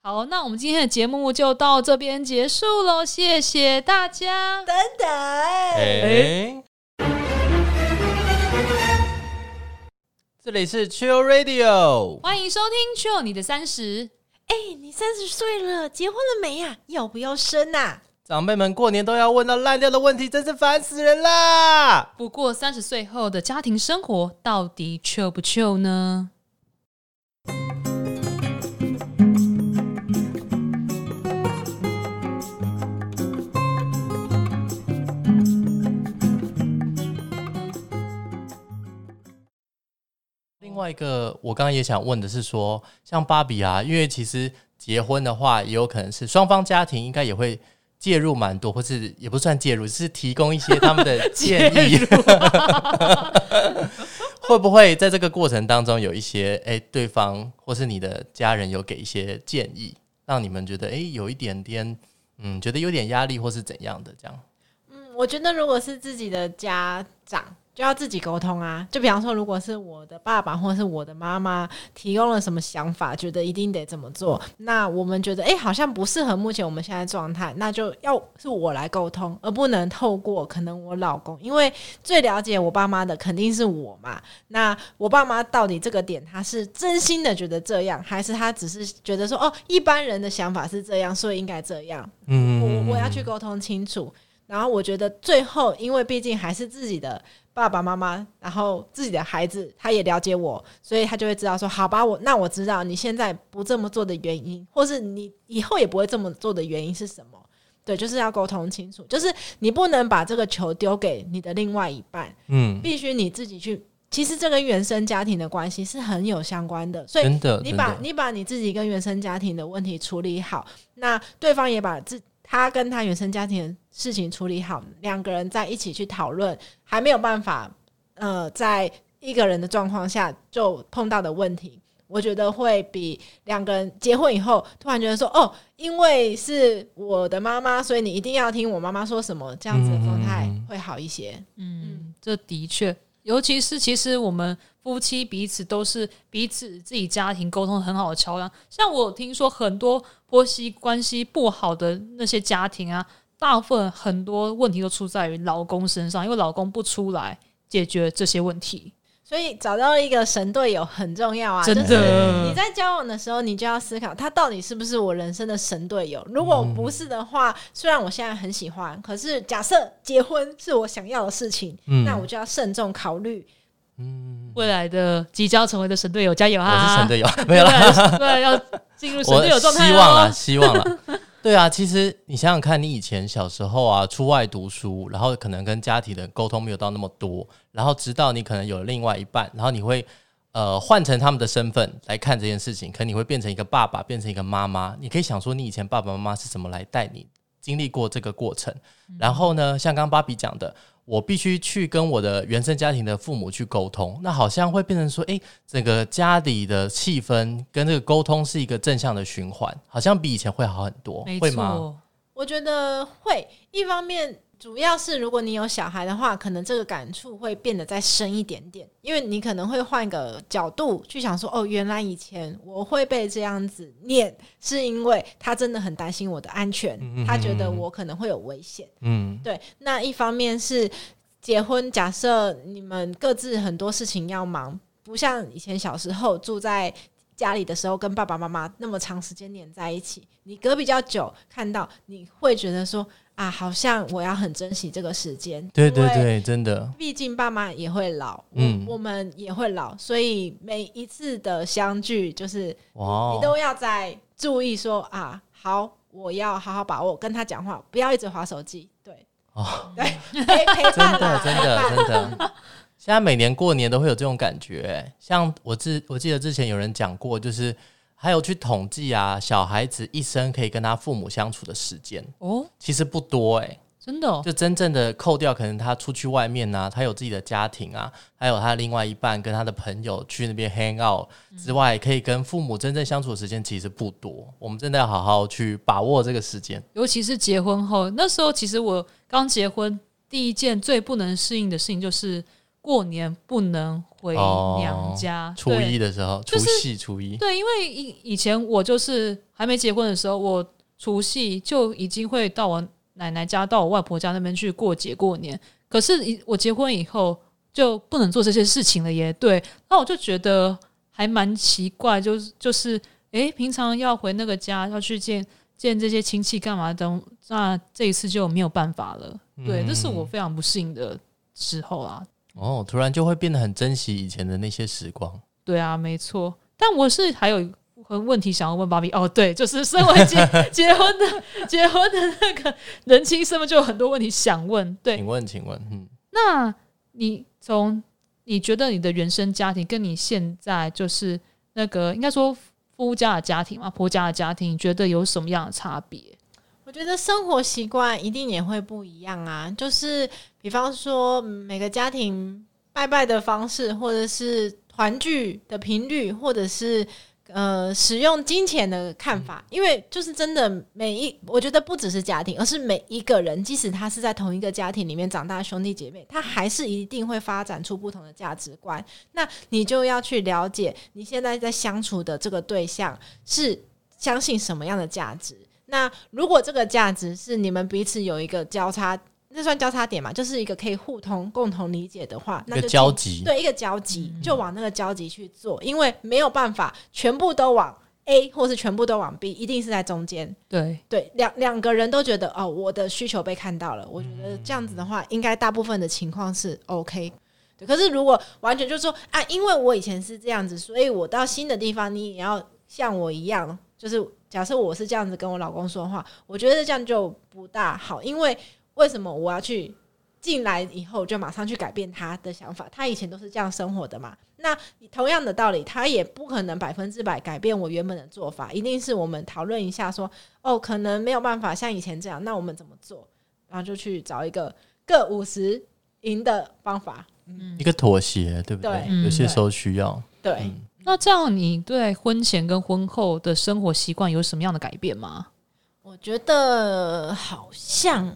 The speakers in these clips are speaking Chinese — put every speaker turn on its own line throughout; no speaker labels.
好，那我们今天的节目就到这边结束喽，谢谢大家。
等等，
哎，这里是 Chill Radio，
欢迎收听《去你的三十》，
哎、你三十岁了，结婚了没呀、啊要不要生呐、啊？
长辈们过年都要问到烂掉的问题，真是烦死人啦！
不过三十岁后的家庭生活到底 chill 不 chill 呢？
另外一个，我刚刚也想问的是说，像芭比啊，因为其实结婚的话，也有可能是双方家庭应该也会介入蛮多，或是也不算介入，是提供一些他们 的建议。会不会在这个过程当中有一些，哎、对方或是你的家人有给一些建议，让你们觉得，哎、有一点点，嗯，觉得有点压力或是怎样的这样？
嗯，我觉得如果是自己的家长，就要自己沟通啊。就比方说，如果是我的爸爸或是我的妈妈提供了什么想法，觉得一定得怎么做，那我们觉得哎、诶好像不适合目前我们现在状态，那就要是我来沟通，而不能透过可能我老公，因为最了解我爸妈的肯定是我嘛。那我爸妈到底这个点他是真心的觉得这样，还是他只是觉得说哦，一般人的想法是这样，所以应该这样？
嗯
我我要去沟通清楚。然后我觉得最后，因为毕竟还是自己的爸爸妈妈，然后自己的孩子，他也了解我，所以他就会知道说，好吧，我那我知道你现在不这么做的原因，或是你以后也不会这么做的原因是什么。对，就是要沟通清楚，就是你不能把这个球丢给你的另外一半，
嗯，
必须你自己去。其实这跟原生家庭的关系是很有相关的，所以
真的，
你
呃真
把
的
你把你自己跟原生家庭的问题处理好，那对方也把自他跟他原生家庭的事情处理好，两个人在一起去讨论，还没有办法，呃，在一个人的状况下就碰到的问题，我觉得会比两个人结婚以后突然觉得说，哦，因为是我的妈妈，所以你一定要听我妈妈说什么，这样子的状态
嗯
会好一些。
嗯，这的确，尤其是其实我们夫妻彼此都是彼此自己家庭沟通很好的桥梁。像我有听说很多婆媳关系不好的那些家庭啊，大部分很多问题都出在于老公身上，因为老公不出来解决这些问题，
所以找到一个神队友很重要啊，
真
就是
的。
你在交往的时候，你就要思考他到底是不是我人生的神队友。如果不是的
嗯
话，虽然我现在很喜欢，可是假设结婚是我想要的事情，
嗯
那我就要慎重考虑。
嗯，
未来的即将成为的神队友，加油
我
啊！
是神队友，没有
未
啦。
来的， 对，啊要进 入神队友状态
希
哦
望啊啦，希望啦。 对啊，其实你想想看，你以前小时候啊，出外读书，然后可能跟家庭的沟通没有到那么多，然后直到你可能有了另外一半，然后你会呃换成他们的身份来看这件事情，可你会变成一个爸爸，变成一个妈妈。你可以想说，你以前爸爸妈妈是怎么来带你经历过这个过程？
嗯
然后呢，像刚刚芭比讲的，我必须去跟我的原生家庭的父母去沟通，那好像会变成说，诶，整个家里的气氛跟这个沟通是一个正向的循环，好像比以前会好很多
没，
会吗？
错，
我觉得会，一方面主要是如果你有小孩的话，可能这个感触会变得再深一点点，因为你可能会换个角度去想说，哦，原来以前我会被这样子念，是因为他真的很担心我的安全
嗯嗯嗯，
他觉得
嗯嗯
我可能会有危险。
嗯，
对，那一方面是结婚，假设你们各自很多事情要忙，不像以前小时候住在家里的时候，跟爸爸妈妈那么长时间黏在一起，你隔比较久看到，你会觉得说啊，好像我要很珍惜这个时间，
对对
因为
对，真的，
毕竟爸妈也会老，
嗯
嗯，我们也会老，所以每一次的相聚，就是
哇
你
哦，
都要在注意说啊，好，我要好好把握跟他讲话，不要一直划手机。对，
哦
对，陪陪
真
伴
的
啦，
真的真的。现在每年过年都会有这种感觉、像我之我记得之前有人讲过，就是还有去统计啊，小孩子一生可以跟他父母相处的时间
哦，
其实不多哎、
真的哦，
就真正的扣掉，可能他出去外面啊，他有自己的家庭啊，还有他另外一半跟他的朋友去那边 hang out 之外，可以跟父母真正相处的时间其实不多。我们真的要好好去把握这个时间。
尤其是结婚后，那时候其实我刚结婚，第一件最不能适应的事情就是过年不能回娘家，
哦初
对
一的时候，除
就是
夕初一，
对，因为以以前我就是还没结婚的时候，我除夕就已经会到我奶奶家、到我外婆家那边去过节过年。可是以我结婚以后就不能做这些事情了耶。对，那我就觉得还蛮奇怪，就是就是，诶，平常要回那个家，要去见见这些亲戚干嘛的，那这一次就没有办法了。对，这是我
嗯
非常不幸的时候啊。
哦，突然就会变得很珍惜以前的那些时光。
对啊，没错。但我是还有一个问题想要问芭比哦，对，就是身为 结结婚的结婚的那个人妻身份，就有很多问题想问。对
请，问，请问，嗯，
那你从你觉得你的原生家庭跟你现在就是那个应该说夫家的家庭嘛，婆家的家庭，你觉得有什么样的差别？
我觉得生活习惯一定也会不一样啊，就是比方说嗯每个家庭拜拜的方式，或者是团聚的频率，或者是呃使用金钱的看法，因为就是真的每一，我觉得不只是家庭，而是每一个人，即使他是在同一个家庭里面长大的兄弟姐妹，他还是一定会发展出不同的价值观。那你就要去了解你现在在相处的这个对象是相信什么样的价值。那如果这个价值是你们彼此有一个交叉，那算交叉点嘛，就是一个可以互通、共同理解的话，
一
那
个
就
交
请
集，
对一个交集，就往那个交集去做，因为没有办法全部都往 A 或是全部都往 B，一定是在中间。
对，
对，两两个人都觉得哦，我的需求被看到了，我觉得这样子的话，应该大部分的情况是 OK。对，可是如果完全就说啊，因为我以前是这样子，所以我到新的地方，你也要像我一样，就是假设我是这样子跟我老公说话，我觉得这样就不大好，因为为什么我要去进来以后就马上去改变他的想法？他以前都是这样生活的嘛。那同样的道理，他也不可能百分之百改变我原本的做法，一定是我们讨论一下说，哦，可能没有办法像以前这样，那我们怎么做？然后就去找一个各五十赢的方法。
一个妥协，对不
对
嗯
有些
对
时候需要。
对，
嗯
那这样你对婚前跟婚后的生活习惯有什么样的改变吗？
我觉得好像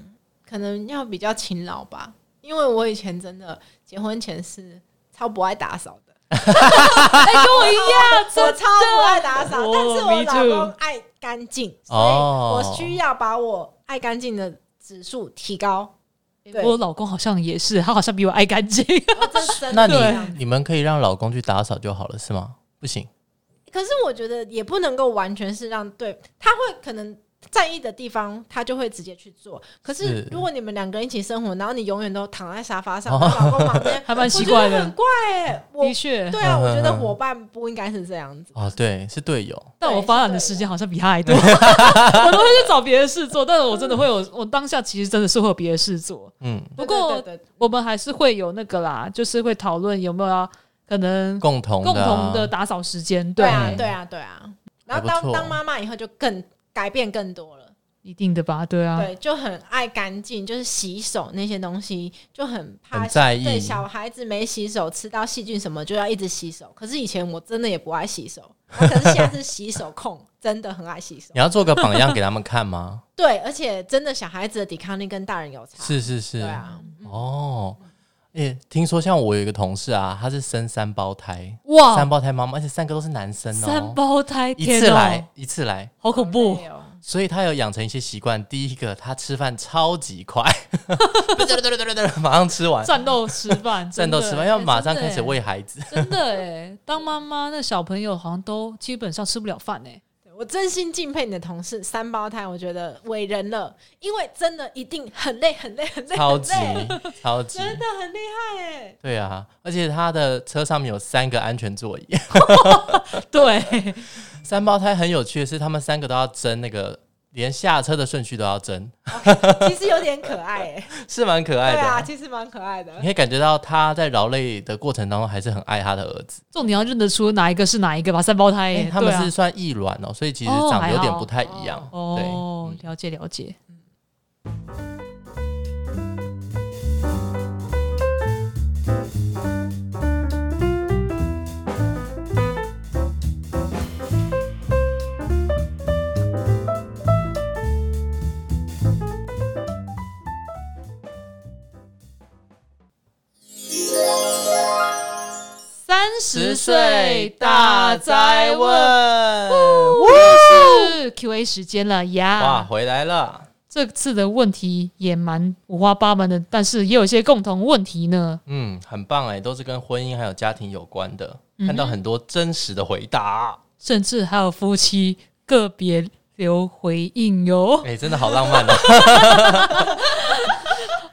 可能要比较勤劳吧，因为我以前真的结婚前是超不爱打扫的。
哎、跟我一样，
我超不爱打扫，
哦
但是我
me
老
too
公爱干净，所以
哦
我需要把我爱干净的指数提高。对，
我老公好像也是，他好像比我爱干净。
哦这是真
那
的
你
这样
你们可以让老公去打扫就好了，是吗？不行，
可是我觉得也不能够完全是让对，他会可能在意的地方，他就会直接去做。可是
是
如果你们两个人一起生活，然后你永远都躺在沙发上，
哦
然后老公旁边，
还蛮
我
奇
觉
怪
得
的
很怪欸。我
的确，
对啊，
嗯
我觉得
嗯嗯
伙伴不应该是这样子。
哦，对，是队友，
但我
对
发展的时间好像比他 还多， 我都会去找别的事做，但是我真的会有，我当下其实真的是会有别的事做。
嗯，
不
对
过
对对对
我们还是会有那个啦，就是会讨论有没有要可能
共同的
共
啊
同的打扫时间，
对
对，
啊，对啊，对啊。然后
还不
当
错
当妈妈以后就更改变更多了。
一定的吧，对啊，
对，就很爱干净，就是洗手那些东西就很怕
很在
对
意，
小孩子没洗手吃到细菌什么就要一直洗手。可是以前我真的也不爱洗手， 啊、可是现在是洗手控，真的很爱洗手
你。要做个榜样给他们 看吗？
对，而且真的小孩子的抵抗力跟大人有差。
是是是，
对啊，
嗯
哦，诶、听说像我有一个同事啊，他是生三胞胎，
哇
三，胞胎妈妈，而且三个都是男生哦，
哦三胞胎，
一
天
次
哦
来，一次来，
好恐怖
好，累哦
所以他有养成一些习惯。第一个，他吃饭超级 快，对对对对对，马上
哦
吃完，
战斗吃饭，
战斗吃
真的
完要
哎
马上
真的
开始
哎
喂 孩子。
真的哎，当妈妈那小朋友好像都基本上吃不了饭 哎，
对我真心敬佩你的同事三胞胎，我觉得伟人了，因为真的一定很累很累很累，
超
很
级
欸
累，
超级，
真的很厉害 哎。
对啊，而且他的车上面有三个安全座椅。
对，
三胞胎很有趣的是，他们三个都要争那个，连下车的顺序都要争，
其实有点可爱哎，
是蛮可爱
对
的。
啊，其实蛮可爱的
你。可以感觉到他在劳累的过程当中，还是很爱他的儿子。
重点要认得出哪一个是哪一个吧，三胞胎
因
哎
为，他们
对啊
是算异卵哦，所以其实
哦
长得有
还
点
好
不太一样。对，
哦，了解了解。
Thank
十岁大灾问，是 Q&A 时间了
哇，
呀。
回来了，
这次的问题也蛮五花八门的，但是也有一些共同问题呢。
嗯，很棒哎，都是跟婚姻还有家庭有关的，
嗯哼
看到很多真实的回答，
甚至还有夫妻个别留回应哟。
哎，真的好浪漫哦。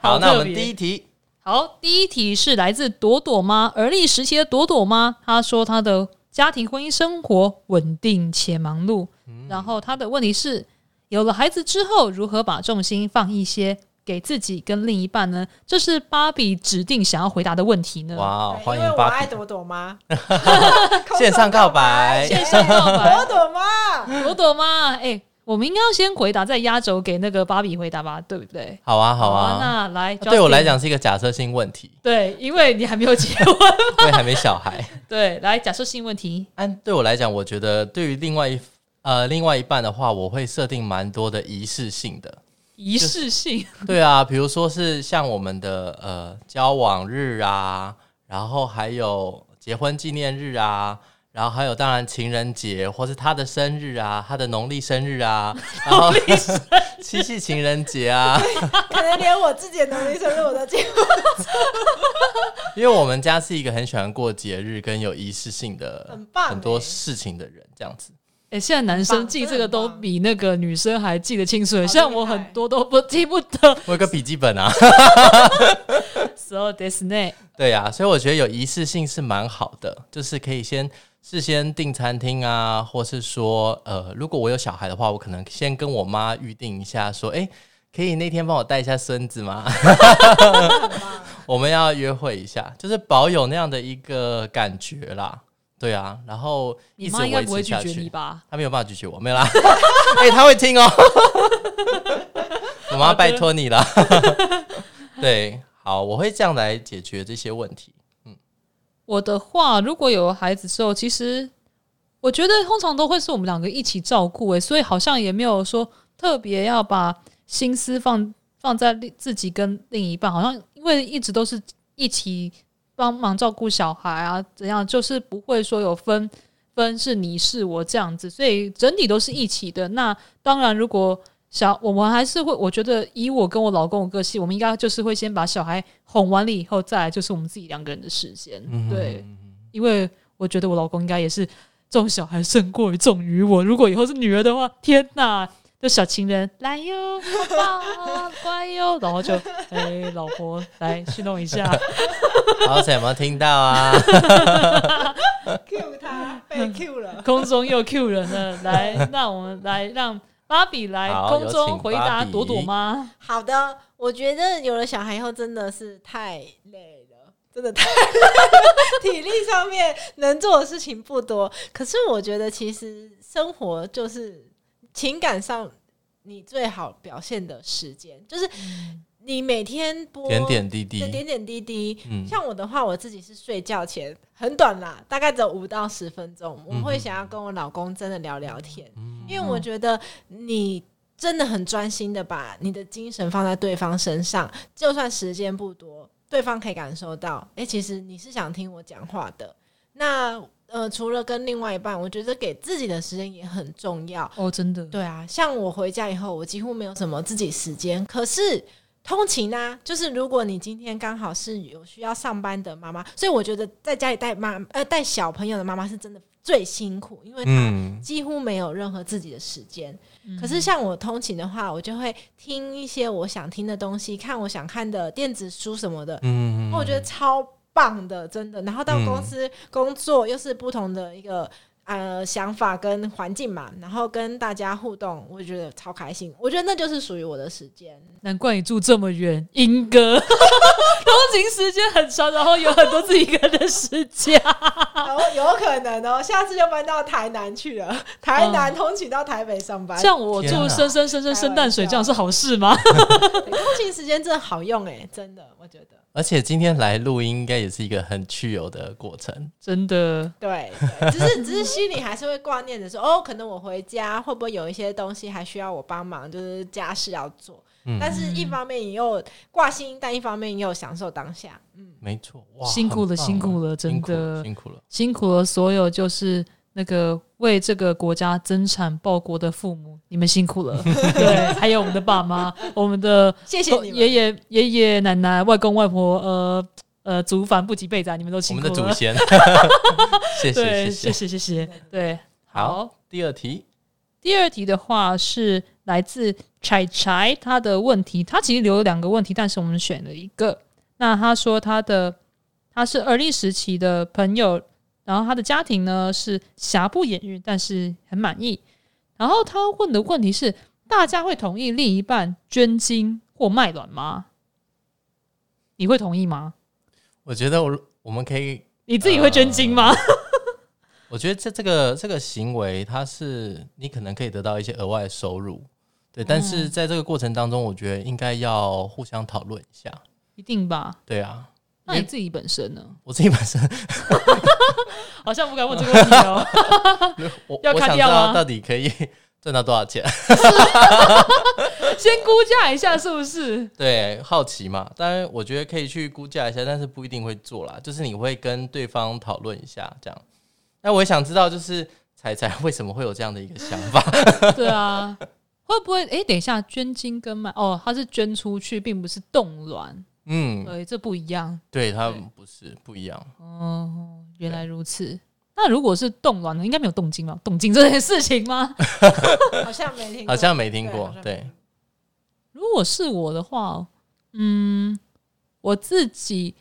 好，那我们第一
一
题，
好，第一题是来自朵朵妈，而立时期的朵朵妈，她说她的家庭婚姻生活稳定且忙碌，然后她的问题是，有了孩子之后，如何把重心放一些给自己跟另一半呢？这是芭比指定想要回答的问题呢。
哇，
对
欢
因为
迎
我爱
芭比
朵朵妈，
线上告白，
线上告白
朵朵妈，
朵朵妈，哎、我们应该要先回答，再压轴给那个芭比回答吧，对不对？
好啊，好啊。
那来，
对我
Justin
来，讲是一个假设性问题，
对，因为你还没有结婚，
我也还没小孩。
对，来假设性问题，
按对我来讲，我觉得对于另外一呃另外一半的话，我会设定蛮多的仪式性 的。
仪式性，
对啊，比如说是像我们的呃交往日啊，然后还有结婚纪念日啊，然后还有当然情人节或是他的生日啊，他的农历生日啊，然后 七夕情人节啊，
可能连我自己的能力生日我都记不
因为我们家是一个很喜欢过节日跟有仪式性的
很棒
很
欸
多事情的人，这样子。
哎、现在男生
棒
记
真的
这个
很
都
棒
比那个女生还记得清楚，
好
像
厉
我很
害
多都不记不得。
我有个笔记本啊，
So this n a
对呀、所以我觉得有仪式性是蛮好的，就是可以先事先订餐厅啊，或是说，呃，如果我有小孩的话，我可能先跟我妈预定一下，说，哎，可以那天帮我带一下孙子 吗？我们要约会一下，就是保有那样的一个感觉啦。对啊，然后一
你
直
妈应该
维
不会
持
拒
下
绝你
去。
吧？
她没有办法拒绝我，没有啦。 哎、她会听哦。 我妈拜托你了。 对，好，我会这样来解决这些问题。
我的话，如果有孩子之后，其实我觉得通常都会是我们两个一起照顾，诶，所以好像也没有说特别要把心思放放在另自己跟另一半，好像因为一直都是一起帮忙照顾小孩啊，怎样，就是不会说有分分是你是我这样子，所以整体都是一起的。那当然，如果小我们还是会，我觉得以我跟我老公的个性，我们应该就是会先把小孩哄完了以后，再来就是我们自己两个人的时间。
嗯
对，因为我觉得我老公应该也是重小孩胜过于重于我。如果以后是女儿的话，天哪！就小情人来哟，抱 抱乖哟，然后就哎、老婆来去弄一下，
好，有没有听 到啊？
Q 她，被 Q 了。
空中又 Q 人了，来，那我们来让芭比来
好
空
有请
中回
芭
答
比
朵朵妈。
好的，我觉得有了小孩以后真的是太累了，真的 太累了，体力上面能做的事情不多。可是我觉得其实生活就是情感上你最好表现的时间，就是你每天播
点点滴
对
滴，
点点滴滴。
嗯，
像我的话，我自己是睡觉前很短啦，大概只有五到十分钟，我
嗯
会想要跟我老公真的聊聊天，因为我觉得你。真的很专心的把你的精神放在对方身上，就算时间不多，对方可以感受到，诶、其实你是想听我讲话的。那呃，除了跟另外一半，我觉得给自己的时间也很重要。
哦，真的，
对啊，像我回家以后，我几乎没有什么自己时间。可是通勤呢、就是如果你今天刚好是有需要上班的妈妈，所以我觉得在家里带妈呃带小朋友的妈妈是真的最辛苦，因为她
嗯，
几乎没有任何自己的时间。
嗯
可是像我通勤的话，我就会听一些我想听的东西，看我想看的电子书什么的，
嗯，
我觉得超棒的，真的。然后到公司工作又是不同的一个呃想法跟环境嘛，然后跟大家互动，我觉得超开心。我觉得那就是属于我的时间。
难怪你住这么远，英 哥，通勤时间很长，然后有很多自己一个人的时间。
然后有可能哦，下次就搬到台南去了，台南通勤到台北上班，
像我
天
住
啊
深深深深深淡水，这样是好事吗？
对通勤时间真的好用哎，真的，我觉得。
而且今天来录音，应该也是一个很去油的过程。
真的，
对，对只是只是心里还是会挂念着说，哦，可能我回家会不会有一些东西还需要我帮忙，就是家事要做。
嗯
但是一方面也有挂心，但一方面也有享受当下。嗯，
没错，哇，
辛苦了
很棒啊
辛苦了真
辛苦
的
辛苦了。
辛苦了所有就是那个为这个国家增产报国的父母，你们辛 苦了。对，还有我们的爸妈，我们的哦
谢谢你们。
爷爷、爷爷奶奶、外公外婆，呃呃，祖反不及辈仔，你们都
我
辛
们
苦
的
了。
祖 先，谢
对，谢
谢谢谢。
谢谢谢，对，
好。第二题，
第二题的话是来自柴柴他的问题，他其实留了两个问题，但是我们选了一个。那他说他的他是而立时期的朋友，然后他的家庭呢是瑕不掩瑜，但是很满意。然后他问的问题是：大家会同意另一半捐精或卖卵吗？你会同意吗？
我觉得我我们可以，
你自己会捐精吗？
我觉得这这个这个行为，它是你可能可以得到一些额外的收入，对。但
嗯
是在这个过程当中，我觉得应该要互相讨论一下，
一定吧？
对啊。
那你自己本身呢？
我自己本身，
好像不敢问这个问题哦。
我
要
我
砍
想知
掉吗
道到底可以赚到多少钱，
先估价一下是不是？
对，好奇嘛。当然，我觉得可以去估价一下，但是不一定会做啦。就是你会跟对方讨论一下，这样。那我也想知道，就是彩彩为什么会有这样的一个想法？
对啊，会不会？诶，等一下，捐精跟卖哦，它是捐出去，并不是冻卵，
嗯，
对，这不一样。
对，他们
对
不是不一样。
哦，原来如此。那如果是冻卵呢？应该没有动精吧？动精这件事情吗？
好像没听过，
好像没听过
好像没，
对，
如果是我的话，嗯，我自己，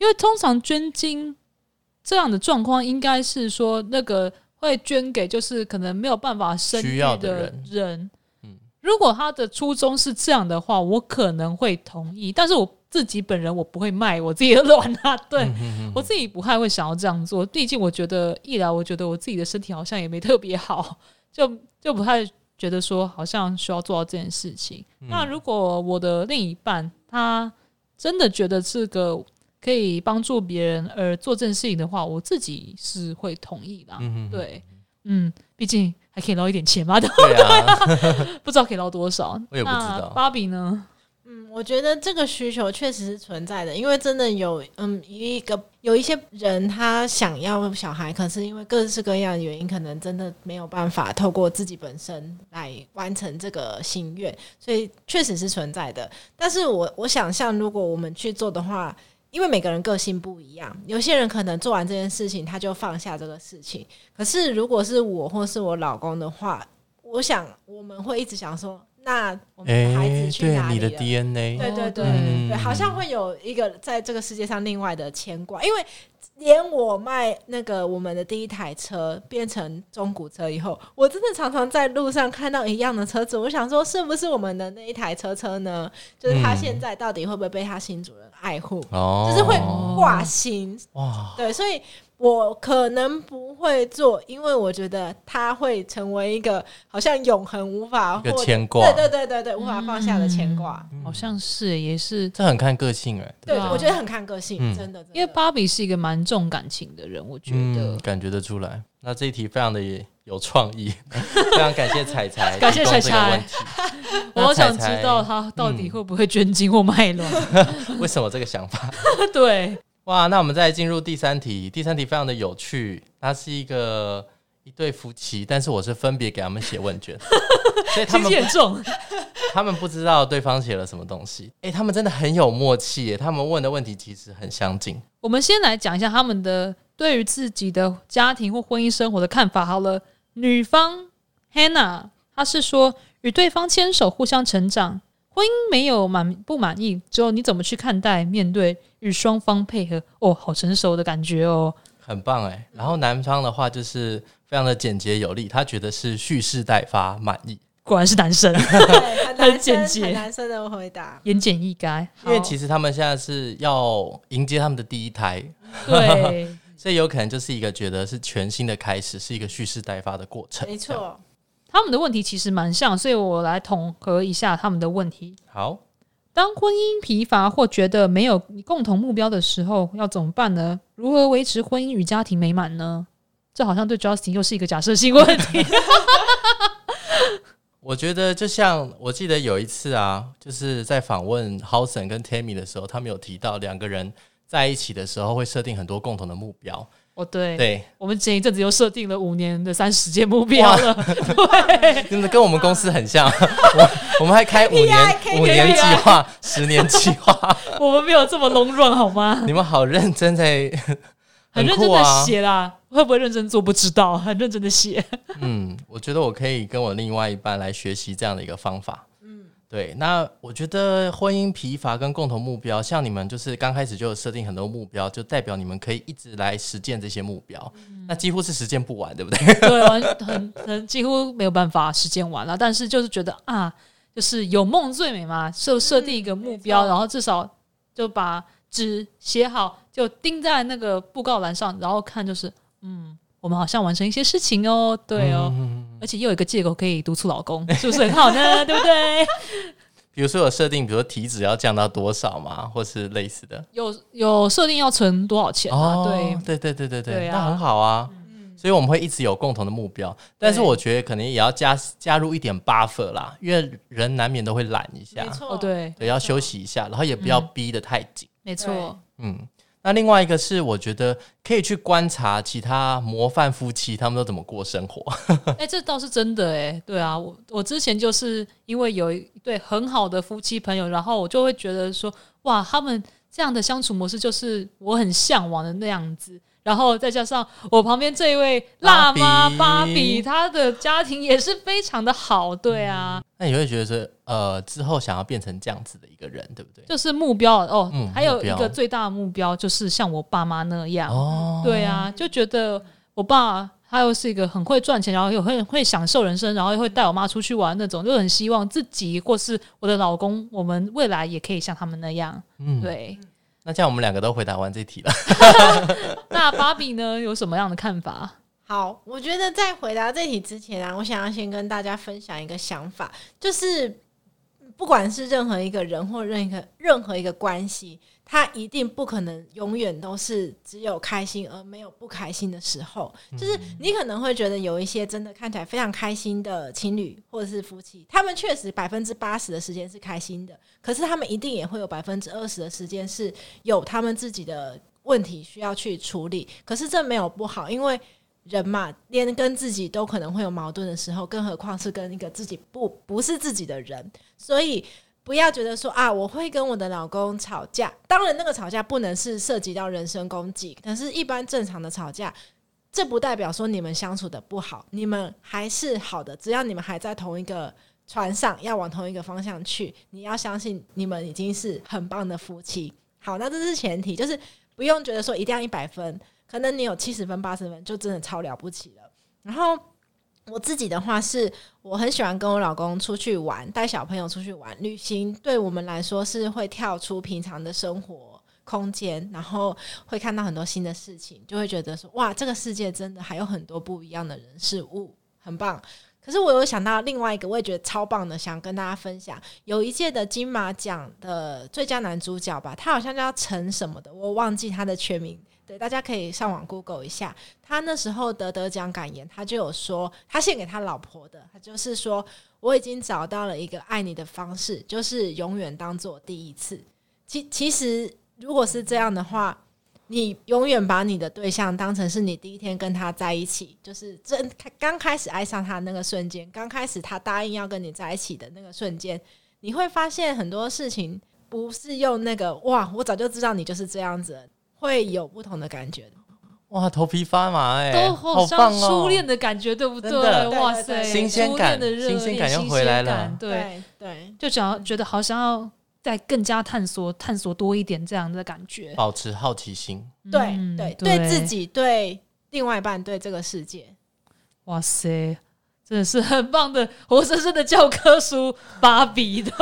因为通常捐精这样的状况，应该是说那个会捐给就是可能没有办法生
需
育
要的
的
人
人。
嗯
如果他的初衷是这样的话，我可能会同意，但是我自己本人我不会卖我自己的卵啊， 对。
嗯哼哼
我自己不太会想要这样做，毕竟我觉得一来，我觉得我自己的身体好像也没特别好，就就不太觉得说好像需要做到这件事情。
嗯
那如果我的另一半他真的觉得这个可以帮助别人而做这件事情的话，我自己是会同意啦。
嗯哼哼
对，嗯，毕竟还可以捞一点钱嘛，但
对 啊，
不知道可以捞多少。
我也不知
那
道
芭比呢？
嗯，我觉得这个需求确实是存在的，因为真的有，嗯，一个有一些人他想要小孩，可是因为各式各样的原因，可能真的没有办法透过自己本身来完成这个心愿，所以确实是存在的。但是我我想象，如果我们去做的话，因为每个人个性不一样，有些人可能做完这件事情他就放下这个事情，可是如果是我或是我老公的话，我想我们会一直想说，那我们的孩子去
哎对
哪里
你
了？
的 DNA，
对对对、
嗯
对，好像会有一个在这个世界上另外的牵挂，因为连我卖那个我们的第一台车变成中古车以后，我真的常常在路上看到一样的车子，我想说是不是我们的那一台车车呢？就是它
嗯
现在到底会不会被它新主人爱护？
哦，
就是会挂心，
哇，
对，所以我可能不会做，因为我觉得它会成为一个好像永恒无法
一个
或
牵挂
对，对对对对无法放下的牵挂。
嗯
好像是也是
这很看个性哎，
对，
对啊
我觉得很看个性，
嗯
真的，真
因
的
为芭比是一个蛮重感情的人，我觉得。
嗯，感觉得出来。那这一题非常的有创意， 非常感谢 彩彩，
感谢彩彩
个问题。
我
那嗯
好想
彩
知
彩
道他到底会不会捐精或卖卵。
为什么这个想法？
对，
哇，那我们再进入第三题，第三题非常的有趣，它是一个一对夫妻，但是我是分别给他们写问卷，所以他
心
们
机很重。
他们不知道对方写了什么东西。哎、他们真的很有默契耶，他们问的问题其实很相近。
我们先来讲一下他们的对于自己的家庭或婚姻生活的看法。好了，女方 Hannah，她是说与对方牵手，互相成长。婚姻没有满不满意，只有你怎么去看待、面对与双方配合。哦，好成熟的感觉哦。
很棒哎，然后男方的话就是非常的简洁有力，他觉得是蓄势待发，满意。
果然是男生，
对很
很
男
简
生
洁
很男生的回 答。
言简意赅。
因为
好
其实他们现在是要迎接他们的第一胎，
对，
所以有可能就是一个觉得是全新的开始，是一个蓄势待发的过程。
没
这样，
错，
他们的问题其实蛮像，所以我来统合一下他们的问题。
好，
当婚姻疲乏或觉得没有共同目标的时候，要怎么办呢？如何维持婚姻与家庭美满呢？这好像对 Justin 又是一个假设性问题。
我觉得就像我记得有一次啊，就是在访问 Housen 跟 Tammy 的时候，他们有提到两个人在一起的时候会设定很多共同的目标。
哦，对，
对，
我们前一阵子又设定了五年的三十届目标了，对，
真的跟我们公司 很像。我我们还开五年
KPI
五年计划、十年计 划，
我们没有这么笼软好吗？
你们好认真在，
很认
酷
真的
啊。
写啦，会不会认真做不知道，很认真的写。
嗯，我觉得我可以跟我另外一半来学习这样的一个方法。嗯，对。那我觉得婚姻疲乏跟共同目标，像你们就是刚开始就有设定很多目标，就代表你们可以一直来实践这些目标，
嗯
那几乎是实践不完，对不 对？
对，完很 很几乎没有办法实践完了，但是就是觉得啊，就是有梦最美嘛，设设定一个目标，
嗯没错
然后至少就把纸写好，就钉在那个布告栏上，然后看就是嗯，我们好像完成一些事情哦，对哦，而且又有一个借口可以督促老公，是不是很好呢？ 对不对？
比如说有设定，比如说体脂要降到多少嘛，或是类似的。
有有设定要存多少钱啊？
哦
对，
对对对对对
对啊
那很好啊。
嗯
所以我们会一直有共同的目标，但是
对
我觉得可能也要加加入一点 buffer 啦，因为人难免都会懒一下
没，错，
哦对，
对，要休息一下，然后也不要
嗯
逼得太紧。
没错，
嗯，那另外一个是，我觉得可以去观察其他模范夫妻他们都怎么过生活。
哎、这倒是真的哎、对啊，我我之前就是因为有一对很好的夫妻朋友，然后我就会觉得说，哇，他们这样的相处模式就是我很向往的那样子。然后再加上我旁边这一位辣妈芭
芭比
比，她的家庭也是非常的好，对啊，
那你会觉得说，呃，之后想要变成这样子的一个人，对不对？
就是目标哦。
嗯
还有
目
一
标
个最大的目标就是像我爸妈那样，
哦，
对啊，就觉得我爸他又是一个很会赚钱，然后又很会享受人生，然后又会带我妈出去玩那种，就很希望自己或是我的老公，我们未来也可以像他们那样。
嗯
对，
那这样我们两个都回答完这题了。
那芭比呢有什么样的看法？
好，我觉得在回答这题之前啊，我想要先跟大家分享一个想法，就是不管是任何一个人或任何任何一个关系，他一定不可能永远都是只有开心而没有不开心的时候。就是你可能会觉得有一些真的看起来非常开心的情侣或者是夫妻，他们确实百分之八十的时间是开心的，可是他们一定也会有百分之二十的时间是有他们自己的问题需要去处理。可是这没有不好，因为人嘛，连跟自己都可能会有矛盾的时候，更何况是跟一个自己不不是自己的人，所以。不要觉得说啊，我会跟我的老公吵架。当然，那个吵架不能是涉及到人身攻击，但是一般正常的吵架，这不代表说你们相处的不好，你们还是好的。只要你们还在同一个船上，要往同一个方向去，你要相信你们已经是很棒的夫妻。好，那这是前提，就是不用觉得说一定要一百分，可能你有七十分、八十分，就真的超了不起了。然后我自己的话是，我很喜欢跟我老公出去玩，带小朋友出去玩，旅行对我们来说是会跳出平常的生活空间，然后会看到很多新的事情，就会觉得说哇，这个世界真的还有很多不一样的人事物，很棒。可是我有想到另外一个，我也觉得超棒的，想跟大家分享。有一届的金马奖的最佳男主角吧，他好像叫陈什么的，我忘记他的全名。对，大家可以上网 Google 一下。他那时候得得奖感言，他就有说，他献给他老婆的，他就是说，我已经找到了一个爱你的方式，就是永远当做第一次。其其实如果是这样的话，你永远把你的对象当成是你第一天跟他在一起，就是真刚开始爱上他那个瞬间，刚开始他答应要跟你在一起的那个瞬间，你会发现很多事情不是用那个哇，我早就知道你就是这样子了，会有不同的感觉的。
哇，头皮发麻哎、
都
好
好像
棒哦！
初恋的感觉，对不对？
真的
哇
对对
塞，
对
新鲜
初恋
感
的热
新鲜感
恋
又回来了
新鲜感对，
对。
就想要觉得好想要再更加探索探索多一点这样的感觉。
保持好奇心，
对
嗯
对对自己、对另外一半、对这个世界，
哇塞，真的是很棒的活生生的教科书，芭比的。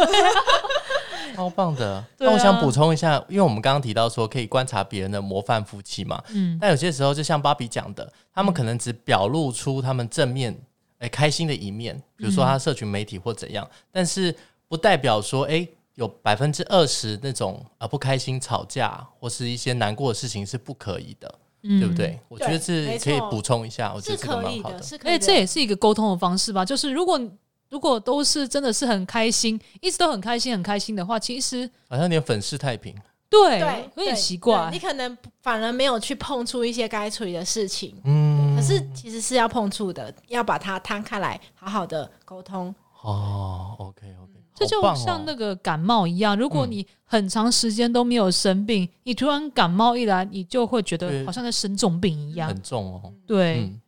超棒的。
对啊
那我想补充一下，因为我们刚刚提到说可以观察别人的模范夫妻嘛，
嗯，
但有些时候就像芭比讲的，他们可能只表露出他们正面、哎、开心的一面，比如
嗯
说他社群媒体或怎样，但是不代表说哎、有百分之二十那种啊、呃不开心、吵架或是一些难过的事情是不可以的。
嗯
对不？对？我觉得是
没
可以
错
补充一下，我觉
是
得这个
可
蛮
以
好
的，
的。
是可
而且
以
这
的。
也是一个沟通的方式吧，就是如果如果都是真的是很开心，一直都很开心很开心的话，其实
好像有点粉饰太平，
对
对，
有点
对
奇
对
怪
你。可能反而没有去碰触一些该处理的事情，
嗯，
可是其实是要碰触的，要把它摊开来，好好的沟通。
哦，OK OK，
这就
哦
像那个感冒一样，如果
嗯
你很长时间都没有生病，你突然感冒一来，你就会觉得
对
好像在生重病一样
很。重哦。
对，
嗯，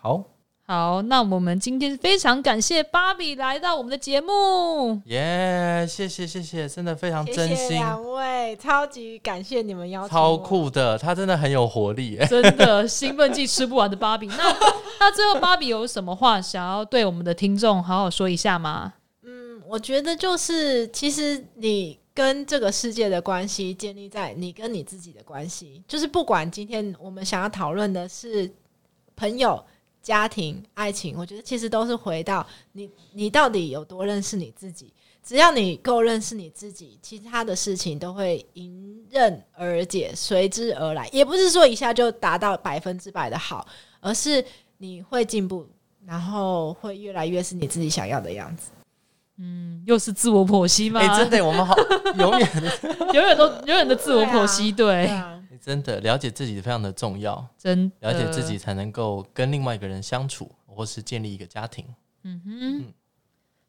好，
好，那我们今天非常感谢芭比来到我们的节目，
耶，谢谢谢谢，真的非常
谢
真
谢
心，
两位，超级感谢你们邀请，
超。酷的，他真的很有活力。哎
真的兴奋剂吃不完的芭比。那 那最后芭比有什么话想要对我们的听众好好说一下吗？
嗯，我觉得就是，其实你跟这个世界的关系建立在你跟你自己的关系，就是不管今天我们想要讨论的是朋友、家庭、爱情，我觉得其实都是回到你，你到底有多认识你自己。只要你够认识你自己，其他的事情都会迎刃而解，随之而来。也不是说一下就达到百分之百的好，而是你会进步，然后会越来越是你自己想要的样子。
嗯，又是自我剖析吗？
哎、真的，我们好永远 哎
永远都永远的自我剖析，对,、
对啊，
真的了解自己非常的重要，
真的
了解自己。才能够跟另外一个人相处，或是建立一个家庭。
嗯哼。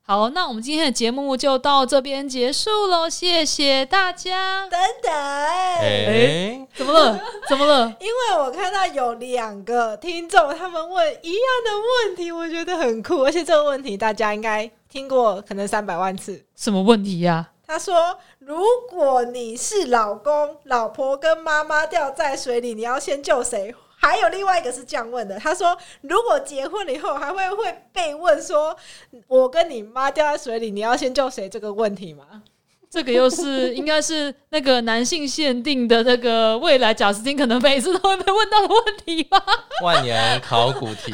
好，那我们今天的节目就到这边结束喽，谢谢大家。
等等，
哎、
怎么了？怎么了？
因为我看到有两个听众他们问一样的问题，我觉得很酷，而且这个问题大家应该听过，可能三百万次。
什么问题呀、
他说：“如果你是老公、老婆跟妈妈掉在水里，你要先救谁？”还有另外一个是这样问的，他说：“如果结婚了以后还会会被问说，我跟你妈掉在水里，你要先救谁？”这个问题吗？
这个又是应该是那个男性限定的那个未来贾斯汀可能每次都会被问到的问题吧。
万年考古 题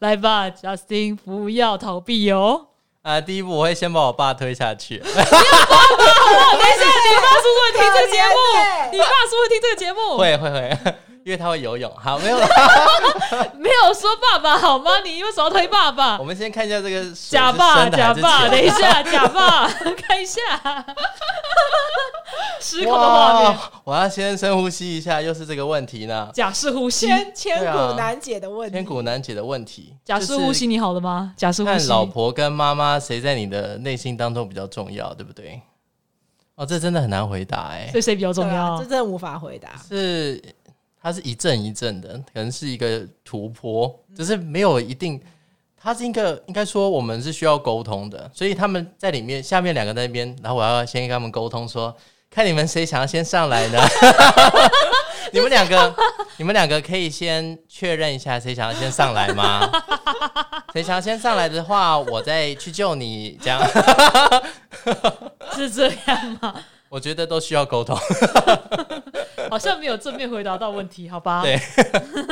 来吧，贾斯汀，不要逃避哦。
啊！第一步我会先把我爸推 下去，
等一下，你爸是不是会听这个节
可怜
目？
欸
你爸是不是会听这个节目？
会会会，因为他会游泳。好，没有了。
没有说爸爸好吗？你为什么要推爸爸
我？们先看一下这个水是
假爸，
深的还
假
是
爸，
浅
等
的
一下，假爸， 看一 下，失控的画面，
哇我要先深呼吸一下，又是这个问题呢，
假式呼吸，
千千
对啊
古难解的问题。
千古难解的问题。
假式呼吸，你好了吗？假式
就是
呼
看
吸，
老婆跟妈妈谁在你的内心当中比较重要，对不对？哦，这真的很难回答哎、
对谁比较重
对啊
要
这？真的无法回答。
是它是一阵一阵的，可能是一个突破，只是没有一定。它是一个应该说我们是需要沟通的，所以他们在里面下面两个在那边，然后我要先跟他们沟通说，看你们谁想要先上来呢？你们两个，你们两个可以先确认一下谁想要先上来吗？谁想要先上来的话，我再去救你。这样，
是这样吗？
我觉得都需要沟通。
好像没有正面回答到问题，好吧？
对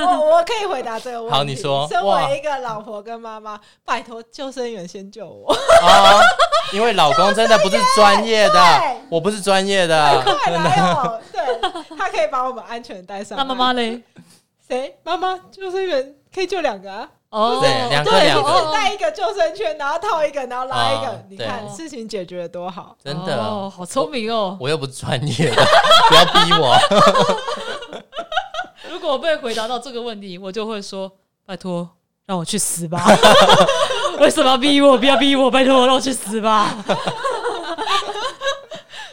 我我可以回答这个问题。
好你说
身
哇
为一个老婆跟妈妈，拜托救生员先救 我。
哦，因为老公真的不是专业的
对，
我不是专业的，
快来哦！对，他可以把我们安全带上
那
来。
妈妈嘞？
谁？妈妈救生员可以救两个啊，
哦，
对两个
对
两个
哦
带一个救生圈，然后套一个，然后拉一个
哦。
你
对
看事情解决的多好。
真
哦，
的，
好聪明哦！
我又不是专业的，不要逼我。
如果我被回答到这个问题，我就会说：“拜托，让我去死吧！为什么要逼我？不要逼我！拜托，让我去死吧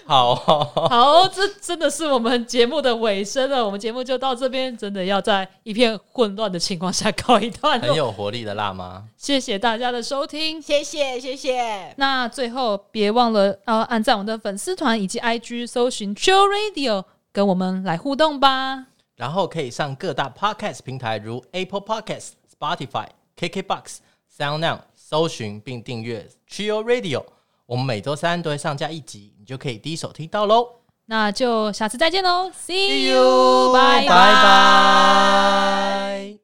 好哦！”
好，这真的是我们节目的尾声了。我们节目就到这边，真的要在一片混乱的情况下告一段
很
落。
有活力的辣妈，
谢谢大家的收听。
谢谢，谢谢。
那最后别忘了呃，按赞我们的粉丝团以及 IG，搜寻 Chill Radio，跟我们来互动吧。
然后可以上各大 podcast 平台，如 Apple Podcast、Spotify、KKBox、SoundOn 搜寻并订阅 Trio Radio。我们每周三都会上架一集，你就可以第一手听到喽。
那就下次再见喽，See
See
you，拜
拜拜。